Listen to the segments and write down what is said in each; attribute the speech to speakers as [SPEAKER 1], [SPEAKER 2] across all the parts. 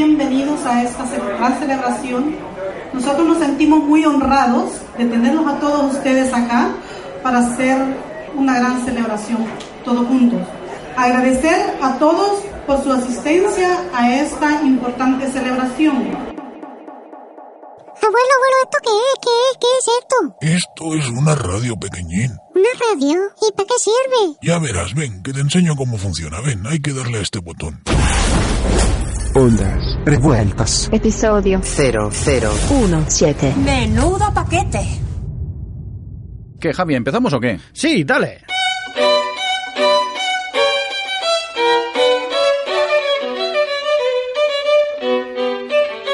[SPEAKER 1] bienvenidos a esta gran celebración. Nosotros nos sentimos muy honrados de tenerlos a todos ustedes acá para hacer una gran celebración, todos juntos. Agradecer a todos por su asistencia a esta importante celebración.
[SPEAKER 2] Abuelo, abuelo, ¿esto qué es? ¿Qué es? ¿Qué es esto?
[SPEAKER 3] Esto es una radio pequeñín.
[SPEAKER 2] ¿Una radio? ¿Y para qué sirve?
[SPEAKER 3] Ya verás, ven, que te enseño cómo funciona. Ven, hay que darle a este botón.
[SPEAKER 4] Ondas revueltas.
[SPEAKER 5] Episodio 0017.
[SPEAKER 6] Menudo paquete.
[SPEAKER 7] ¿Qué, Javi, empezamos o qué?
[SPEAKER 8] Sí, dale.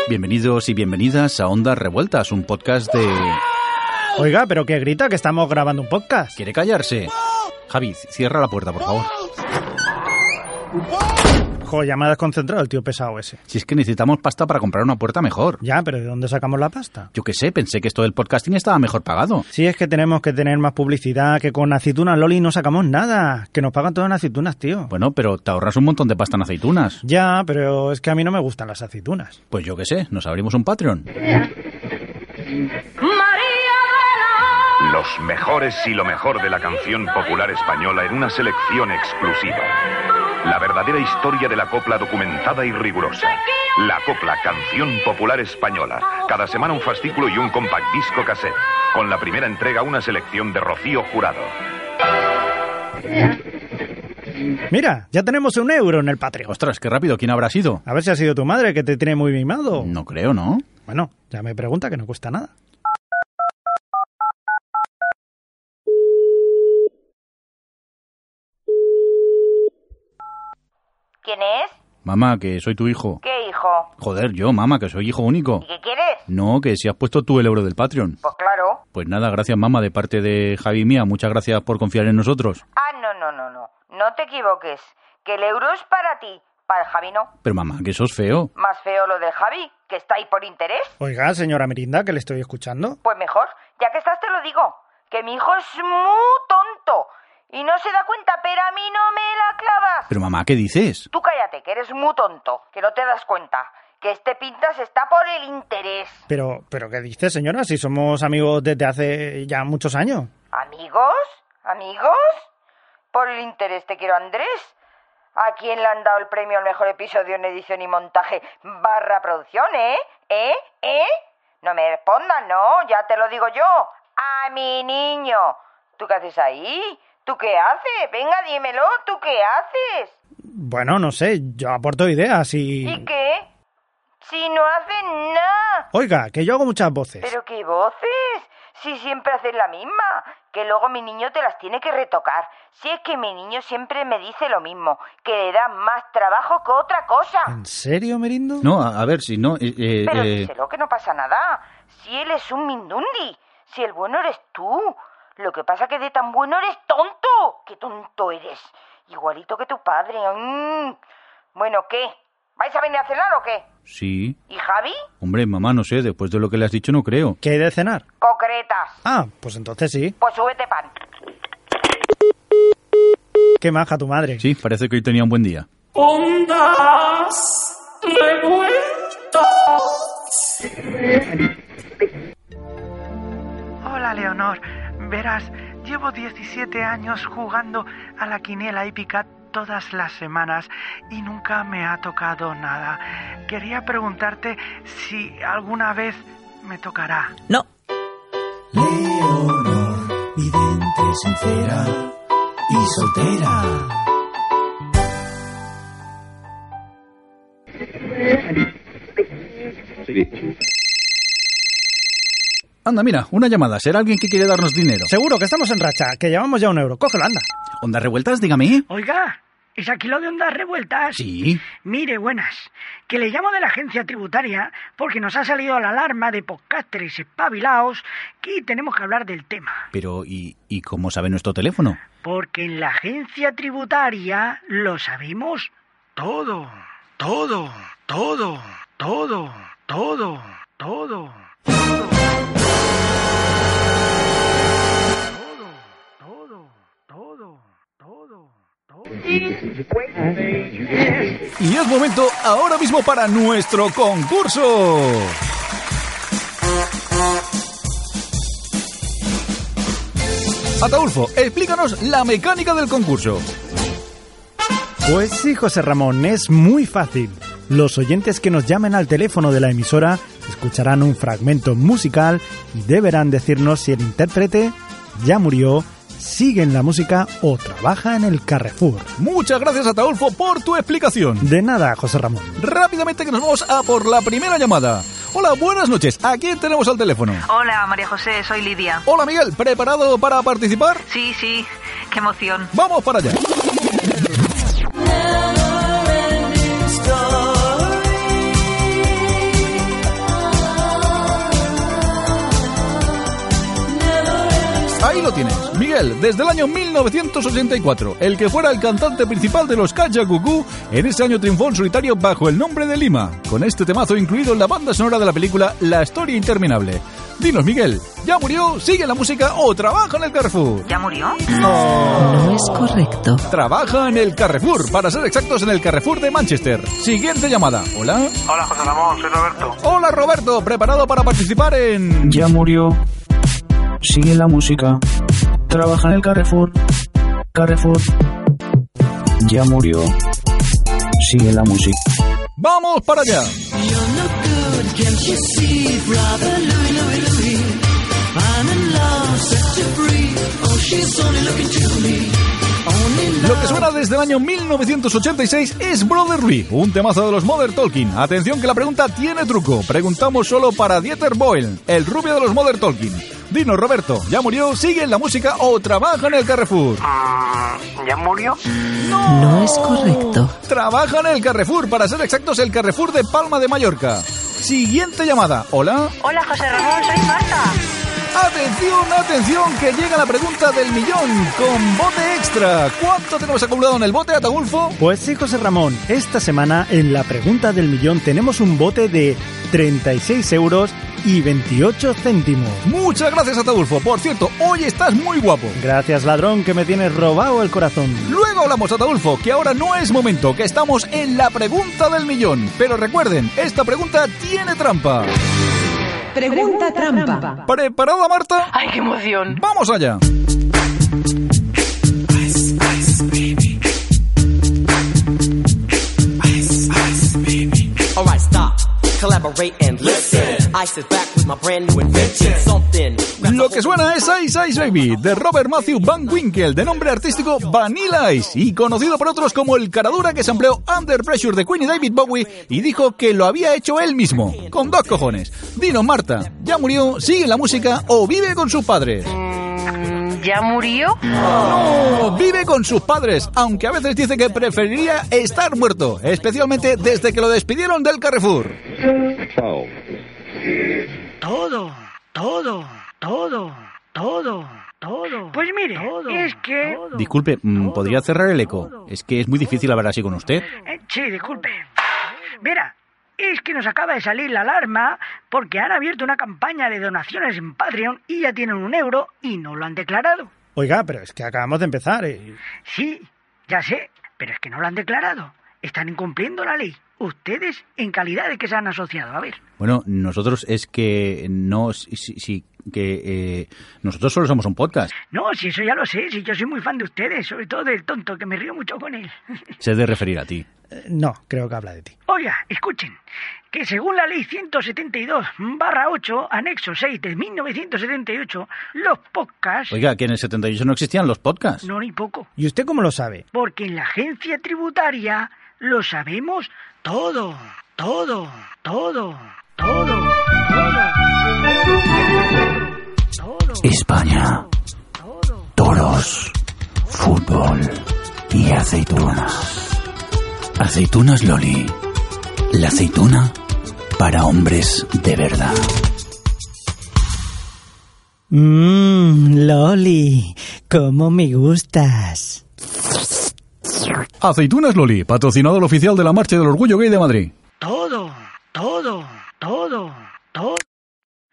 [SPEAKER 7] Bienvenidos y bienvenidas a Ondas Revueltas, un podcast de...
[SPEAKER 8] Oiga, pero que grita que estamos grabando un podcast.
[SPEAKER 7] ¿Quiere callarse? Javi, cierra la puerta, por favor.
[SPEAKER 8] Jo, ya me ha desconcentrado el tío pesado ese.
[SPEAKER 7] Si es que necesitamos pasta para comprar una puerta mejor.
[SPEAKER 8] Ya, pero ¿de dónde sacamos la pasta?
[SPEAKER 7] Yo qué sé, pensé que esto del podcasting estaba mejor pagado.
[SPEAKER 8] Sí, es que tenemos que tener más publicidad, que con aceitunas Loli no sacamos nada, que nos pagan todas en aceitunas, tío.
[SPEAKER 7] Bueno, pero te ahorras un montón de pasta en aceitunas.
[SPEAKER 8] Ya, pero es que a mí no me gustan las aceitunas.
[SPEAKER 7] Pues yo qué sé, nos abrimos un Patreon.
[SPEAKER 9] Los mejores y lo mejor de la canción popular española en una selección exclusiva. La verdadera historia de la copla documentada y rigurosa. La copla canción popular española. Cada semana un fascículo y un compact disco cassette. Con la primera entrega una selección de Rocío Jurado.
[SPEAKER 8] Mira, ya tenemos un euro en el Patreon.
[SPEAKER 7] Eh, Ostras, qué rápido, ¿quién habrá sido?
[SPEAKER 8] A ver si ha sido tu madre que te tiene muy mimado.
[SPEAKER 7] No creo, ¿no?
[SPEAKER 8] Bueno, ya me pregunta que no cuesta nada.
[SPEAKER 10] ¿Quién es?
[SPEAKER 7] Mamá, que soy tu hijo.
[SPEAKER 10] ¿Qué hijo?
[SPEAKER 7] Joder, yo, mamá, que soy hijo único.
[SPEAKER 10] ¿Y qué quieres?
[SPEAKER 7] No, que si has puesto tú el euro del Patreon.
[SPEAKER 10] Pues claro.
[SPEAKER 7] Pues nada, gracias mamá de parte de Javi y mía, muchas gracias por confiar en nosotros.
[SPEAKER 10] Ah, no, no, no, no. No te equivoques. Que el euro es para ti. Para el Javi no.
[SPEAKER 7] Pero mamá, que sos feo.
[SPEAKER 10] Más feo lo del Javi, que está ahí por interés.
[SPEAKER 8] Oiga, señora Merinda, que le estoy escuchando.
[SPEAKER 10] Pues mejor. Ya que estás te lo digo. Que mi hijo es muy tonto. Y no se da cuenta, pero a mí no me la clavas.
[SPEAKER 7] Pero mamá, ¿qué dices?
[SPEAKER 10] Tú cállate, que eres muy tonto. Que no te das cuenta. Que este pintas está por el interés.
[SPEAKER 8] Pero, pero ¿qué dice, señora? Si somos amigos desde hace ya muchos años.
[SPEAKER 10] ¿Amigos? ¿Amigos? Por el interés te quiero, Andrés. ¿A quién le han dado el premio al mejor episodio en edición y montaje barra producción, eh? ¿Eh? ¿Eh? No me respondas, no, ya te lo digo yo. A mi niño. ¿Tú qué haces ahí? ¿Tú qué haces? Venga, dímelo, ¿tú qué haces?
[SPEAKER 8] Bueno, no sé, yo aporto ideas y...
[SPEAKER 10] ¿Y qué? Si no haces nada.
[SPEAKER 8] Oiga, que yo hago muchas voces.
[SPEAKER 10] ¿Pero qué voces? Si siempre haces la misma, que luego mi niño te las tiene que retocar. Si es que mi niño siempre me dice lo mismo, que le da más trabajo que otra cosa.
[SPEAKER 8] ¿En serio, Merindo?
[SPEAKER 7] No, a, a ver, si no... eh, eh,
[SPEAKER 10] Pero
[SPEAKER 7] eh,
[SPEAKER 10] díselo que no pasa nada. Si él es un mindundi, si el bueno eres tú. Lo que pasa que de tan bueno eres tonto. ¡Qué tonto eres! Igualito que tu padre. mm. Bueno, ¿qué? ¿Vais a venir a cenar o qué?
[SPEAKER 7] Sí.
[SPEAKER 10] ¿Y Javi?
[SPEAKER 7] Hombre, mamá, no sé, después de lo que le has dicho no creo.
[SPEAKER 8] ¿Qué hay de cenar?
[SPEAKER 10] Concretas.
[SPEAKER 8] Ah, pues entonces sí.
[SPEAKER 10] Pues súbete pan.
[SPEAKER 8] Qué maja tu madre.
[SPEAKER 7] Sí, parece que hoy tenía un buen día.
[SPEAKER 11] Ondas revueltas.
[SPEAKER 12] Hola, Leonor. Verás, llevo 17 años jugando a la quiniela hípica todas las semanas y nunca me ha tocado nada. Quería preguntarte si alguna vez me tocará.
[SPEAKER 6] No,
[SPEAKER 4] Leonor, vidente sincera y soltera.
[SPEAKER 7] Anda, mira, una llamada. Será alguien que quiere darnos dinero.
[SPEAKER 8] Seguro que estamos en racha, que llevamos ya un euro. Cógelo, anda.
[SPEAKER 7] ¿Ondas revueltas? Dígame.
[SPEAKER 12] Oiga, ¿es aquí lo de ondas revueltas?
[SPEAKER 7] Sí.
[SPEAKER 12] Mire, buenas. Que le llamo de la agencia tributaria porque nos ha salido la alarma de podcasters espabilaos y tenemos que hablar del tema.
[SPEAKER 7] Pero, ¿y, ¿y cómo sabe nuestro teléfono?
[SPEAKER 12] Porque en la agencia tributaria lo sabemos todo, todo, todo, todo, todo, todo. todo. Todo, todo, todo, todo, todo.
[SPEAKER 7] Y es momento ahora mismo para nuestro concurso. Ataulfo, explícanos la mecánica del concurso.
[SPEAKER 8] Pues sí, José Ramón, es muy fácil. Los oyentes que nos llamen al teléfono de la emisora escucharán un fragmento musical y deberán decirnos si el intérprete ya murió, sigue en la música o trabaja en el Carrefour.
[SPEAKER 7] Muchas gracias, Ataulfo, por tu explicación.
[SPEAKER 8] De nada, José Ramón.
[SPEAKER 7] Rápidamente que nos vamos a por la primera llamada. Hola, buenas noches. ¿A quién tenemos al teléfono?
[SPEAKER 11] Hola, María José, soy Lidia.
[SPEAKER 7] Hola, Miguel. ¿Preparado para participar?
[SPEAKER 11] Sí, sí, qué emoción.
[SPEAKER 7] Vamos para allá. Ahí lo tienes, Miguel, desde el año 1984, el que fuera el cantante principal de los Cucú, en ese año triunfó en solitario bajo el nombre de Lima, con este temazo incluido en la banda sonora de la película La historia interminable. Dinos, Miguel, ¿ya murió, sigue en la música o trabaja en el Carrefour?
[SPEAKER 11] ¿Ya murió?
[SPEAKER 5] No es correcto.
[SPEAKER 7] Trabaja en el Carrefour, para ser exactos, en el Carrefour de Manchester. Siguiente llamada, hola.
[SPEAKER 13] Hola, José Ramón, soy Roberto.
[SPEAKER 7] Hola, Roberto, ¿preparado para participar en...?
[SPEAKER 14] Ya murió sigue la música. Trabaja en el Carrefour. Carrefour. Ya murió. Sigue la música.
[SPEAKER 7] ¡Vamos para allá! Lo que suena desde el año 1986 es Brother Lee, un temazo de los Mother Talking. Atención que la pregunta tiene truco. Preguntamos solo para Dieter Boyle, el rubio de los Mother Talking. Dinos, Roberto, ¿ya murió? ¿Sigue en la música o trabaja en el Carrefour?
[SPEAKER 13] Mm, ¿Ya murió?
[SPEAKER 7] No.
[SPEAKER 5] No es correcto.
[SPEAKER 7] Trabaja en el Carrefour, para ser exactos, el Carrefour de Palma de Mallorca. Siguiente llamada. Hola.
[SPEAKER 11] Hola, José Ramón, soy Marta.
[SPEAKER 7] Atención, atención, que llega la pregunta del millón con bote extra. ¿Cuánto tenemos acumulado en el bote, Atagulfo?
[SPEAKER 8] Pues sí, José Ramón, esta semana en la pregunta del millón tenemos un bote de 36 euros y 28 céntimos.
[SPEAKER 7] Muchas gracias, Atagulfo. Por cierto, hoy estás muy guapo.
[SPEAKER 8] Gracias, ladrón, que me tienes robado el corazón.
[SPEAKER 7] Luego hablamos, Atagulfo, que ahora no es momento, que estamos en la pregunta del millón. Pero recuerden, esta pregunta tiene trampa.
[SPEAKER 5] Pregunta, Pregunta trampa. trampa.
[SPEAKER 7] ¿Preparada, Marta?
[SPEAKER 11] ¡Ay, qué emoción!
[SPEAKER 7] ¡Vamos allá!
[SPEAKER 15] Alright, stop. Collaborate and listen. I sit back with my brand new invention. Something.
[SPEAKER 7] Lo que suena es Ice Ice Baby, de Robert Matthew Van Winkle, de nombre artístico Vanilla Ice, y conocido por otros como el caradura que se empleó Under Pressure de Queen y David Bowie y dijo que lo había hecho él mismo, con dos cojones. Dino Marta, ¿ya murió, sigue la música o vive con sus padres?
[SPEAKER 11] Mm, ¿Ya murió?
[SPEAKER 7] No, vive con sus padres, aunque a veces dice que preferiría estar muerto, especialmente desde que lo despidieron del Carrefour.
[SPEAKER 9] Todo, todo, todo, todo, todo.
[SPEAKER 11] Pues mire, es que...
[SPEAKER 16] Disculpe, mm, ¿podría cerrar el eco? Es que es muy difícil hablar así con usted.
[SPEAKER 9] Eh, sí, disculpe. Mira, es que nos acaba de salir la alarma porque han abierto una campaña de donaciones en Patreon y ya tienen un euro y no lo han declarado.
[SPEAKER 8] Oiga, pero es que acabamos de empezar. eh.
[SPEAKER 9] Sí, ya sé, pero es que no lo han declarado. Están incumpliendo la ley. Ustedes en calidad de que se han asociado. A ver.
[SPEAKER 16] Bueno, nosotros es que no... Sí, sí- sí, que eh, nosotros solo somos un podcast.
[SPEAKER 9] No, si eso ya lo sé, si yo soy muy fan de ustedes, sobre todo del tonto, que me río mucho con él.
[SPEAKER 16] Se de referir a ti.
[SPEAKER 8] Eh, No, creo que habla de ti.
[SPEAKER 9] Oiga, escuchen, que según la ley 172 barra 8, anexo 6 de 1978, los podcasts...
[SPEAKER 16] Oiga, que en el 78 no existían los podcasts.
[SPEAKER 9] Ah, No, ni poco.
[SPEAKER 8] ¿Y usted cómo lo sabe?
[SPEAKER 9] Porque en la agencia tributaria lo sabemos todo, todo, todo, todo,
[SPEAKER 4] España. Toros. Fútbol. Y aceitunas. Aceitunas Loli. La aceituna para hombres de verdad.
[SPEAKER 17] Mmm, Loli, cómo me gustas.
[SPEAKER 7] Aceitunas Loli, patrocinador oficial de la Marcha del Orgullo Gay de Madrid.
[SPEAKER 9] todo, todo, todo, todo.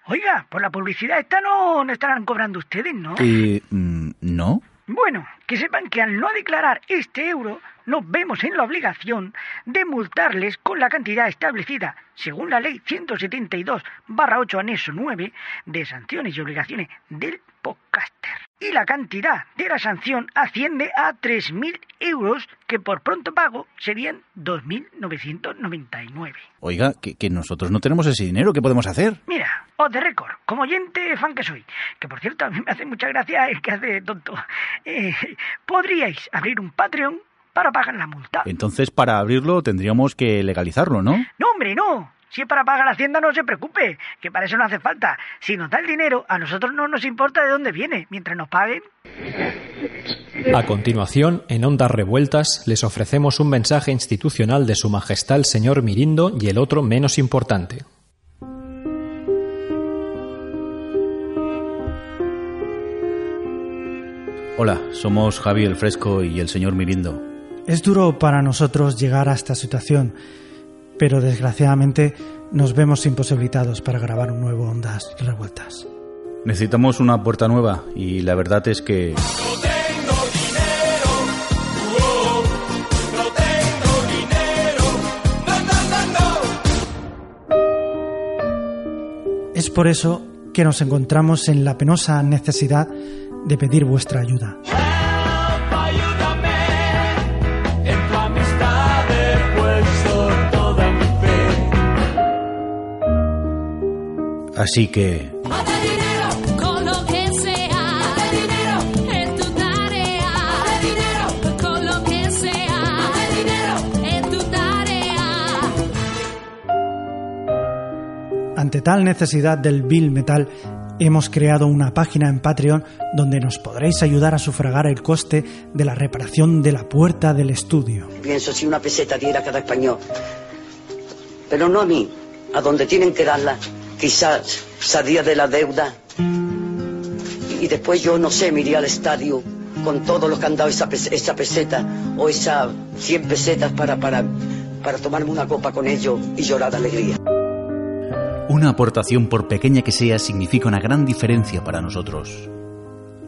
[SPEAKER 9] Oiga, por la publicidad esta no, no estarán cobrando ustedes, ¿no?
[SPEAKER 16] Eh, mm, ¿No?
[SPEAKER 9] Bueno, que sepan que al no declarar este euro, nos vemos en la obligación de multarles con la cantidad establecida, según la Ley 172-8 anexo 9, de sanciones y obligaciones del podcaster. Y la cantidad de la sanción asciende a 3.000 euros, que por pronto pago serían 2.999.
[SPEAKER 7] Oiga, que, que nosotros no tenemos ese dinero, ¿qué podemos hacer?
[SPEAKER 9] Mira, os de récord, como oyente fan que soy, que por cierto a mí me hace mucha gracia el que hace de tonto, eh, podríais abrir un Patreon para pagar la multa.
[SPEAKER 7] Entonces, para abrirlo tendríamos que legalizarlo, ¿no?
[SPEAKER 9] No, hombre, no. Si es para pagar la hacienda, no se preocupe, que para eso no hace falta. Si nos da el dinero, a nosotros no nos importa de dónde viene, mientras nos paguen.
[SPEAKER 18] A continuación, en Ondas Revueltas, les ofrecemos un mensaje institucional de Su Majestad el Señor Mirindo y el otro menos importante.
[SPEAKER 7] Hola, somos Javi el Fresco y el señor Mirindo.
[SPEAKER 8] Es duro para nosotros llegar a esta situación, pero desgraciadamente nos vemos imposibilitados para grabar un nuevo Ondas Revueltas.
[SPEAKER 7] Necesitamos una puerta nueva y la verdad es que...
[SPEAKER 8] Es por eso que nos encontramos en la penosa necesidad de pedir vuestra ayuda.
[SPEAKER 7] Así que...
[SPEAKER 8] Ante tal necesidad del Bill metal, hemos creado una página en Patreon donde nos podréis ayudar a sufragar el coste de la reparación de la puerta del estudio.
[SPEAKER 10] Pienso si una peseta diera cada español. Pero no a mí, a donde tienen que darla, quizás salía de la deuda. Y después yo, no sé, me iría al estadio con todos los que han dado esa, pes- esa peseta o esas 100 pesetas para, para, para tomarme una copa con ellos y llorar de alegría.
[SPEAKER 7] Una aportación, por pequeña que sea, significa una gran diferencia para nosotros.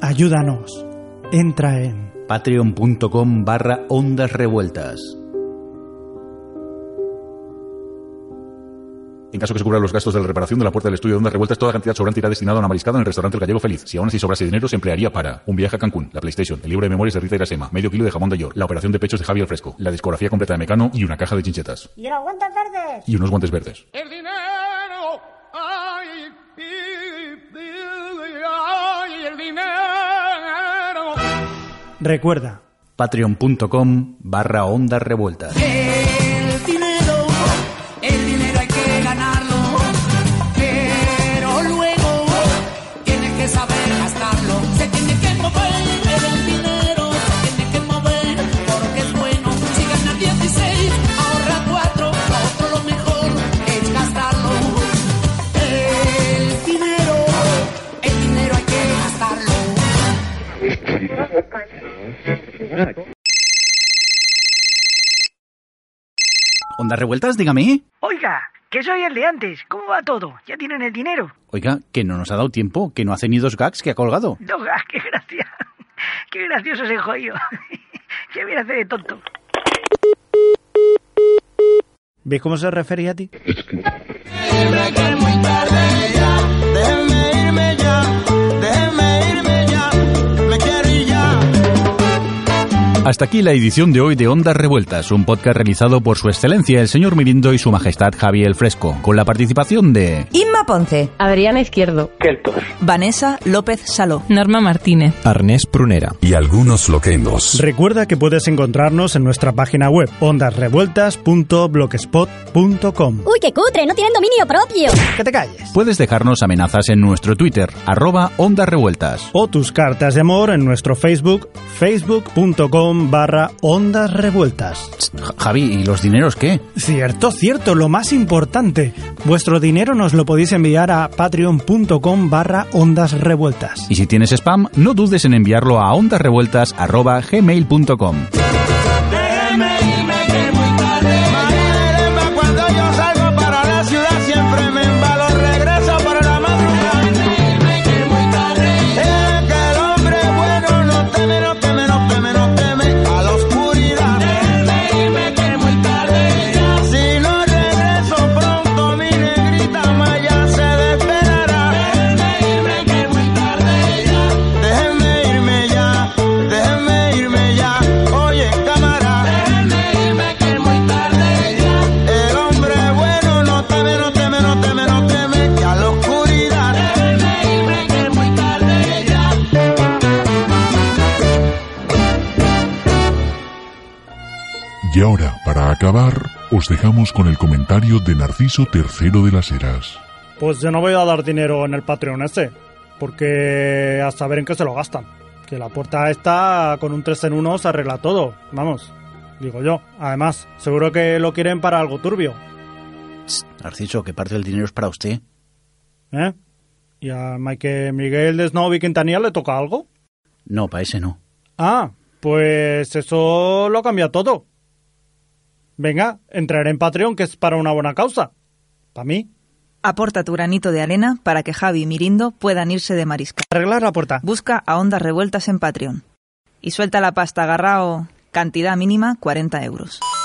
[SPEAKER 8] Ayúdanos. Entra en
[SPEAKER 7] Patreon.com barra ondas revueltas.
[SPEAKER 3] En caso que se cubran los gastos de la reparación de la puerta del estudio de ondas revueltas, toda cantidad sobrante irá destinada a una mariscada en el restaurante El Gallego Feliz. Si aún así sobrase dinero, se emplearía para un viaje a Cancún, la PlayStation, el libro de memorias de Rita Irasema, medio kilo de jamón de york, la operación de pechos de Javier Fresco, la discografía completa de Mecano y una caja de chinchetas.
[SPEAKER 19] Y los guantes verdes.
[SPEAKER 3] Y unos guantes verdes.
[SPEAKER 19] El dinero. Ay, ay, el dinero.
[SPEAKER 8] Recuerda.
[SPEAKER 7] Patreon.com barra ondas revueltas.
[SPEAKER 2] El dinero, el dinero hay que ganarlo, pero luego tienes que saber gastarlo. Se tiene que mover el dinero, se tiene que mover porque es bueno. Si ganas 16, ahorra 4, otro lo mejor es gastarlo. El dinero, el dinero hay que gastarlo.
[SPEAKER 7] ¿Ondas revueltas? Dígame.
[SPEAKER 9] Oiga, que soy el de antes, ¿cómo va todo? ¿Ya tienen el dinero?
[SPEAKER 7] Oiga, que no nos ha dado tiempo, que no hace ni dos gags que ha colgado.
[SPEAKER 9] No, ah, qué gracia. Qué gracioso ese jodido. Qué bien hace de tonto.
[SPEAKER 20] ¿Ves cómo se refería a ti?
[SPEAKER 2] Déjeme irme ya, déjeme irme ya, me quiero ir ya.
[SPEAKER 7] Hasta aquí la edición de hoy de Ondas Revueltas, un podcast realizado por Su Excelencia el señor Mirindo y Su Majestad Javier el Fresco, con la participación de
[SPEAKER 5] Inma Ponce. Adriana Izquierdo. Vanessa López Saló. Norma Martínez.
[SPEAKER 18] Arnés Prunera. Y algunos loquendos.
[SPEAKER 20] Recuerda que puedes encontrarnos en nuestra página web ondasrevueltas.blogspot.com.
[SPEAKER 21] Uy, qué cutre, no tienen dominio propio.
[SPEAKER 20] Que te calles.
[SPEAKER 7] Puedes dejarnos amenazas en nuestro Twitter, arroba Ondas Revueltas.
[SPEAKER 20] O tus cartas de amor en nuestro Facebook, facebook.com barra ondas revueltas.
[SPEAKER 7] Javi, ¿y los dineros qué?
[SPEAKER 20] Cierto, cierto, lo más importante. Vuestro dinero nos lo podéis enviar a patreon.com barra ondas revueltas.
[SPEAKER 7] Y si tienes spam, no dudes en enviarlo a ondasrevueltas.gmail.com.
[SPEAKER 2] Déjeme irme que muy tarde. Mañana cuando yo salgo para la ciudad siempre me embalo, regreso para la madrugada. Déjeme irme que muy tarde. Es que el hombre bueno no tiene los
[SPEAKER 3] Y ahora, para acabar, os dejamos con el comentario de Narciso III de las Heras.
[SPEAKER 8] Pues yo no voy a dar dinero en el Patreon ese, porque a saber en qué se lo gastan. Que la puerta esta con un 3 en 1 se arregla todo, vamos, digo yo. Además, seguro que lo quieren para algo turbio,
[SPEAKER 7] Narciso, que parte del dinero es para usted.
[SPEAKER 8] ¿eh? ¿Y a Mike Miguel de Snow y Quintanilla le toca algo?
[SPEAKER 7] No, para ese no.
[SPEAKER 8] Ah, pues eso lo cambia todo. Venga, entraré en Patreon, que es para una buena causa. Para mí.
[SPEAKER 2] Aporta tu granito de arena para que Javi y Mirindo puedan irse de marisca.
[SPEAKER 8] Arreglar la puerta.
[SPEAKER 2] Busca a Ondas Revueltas en Patreon. Y suelta la pasta agarrao. Cantidad mínima 40 euros.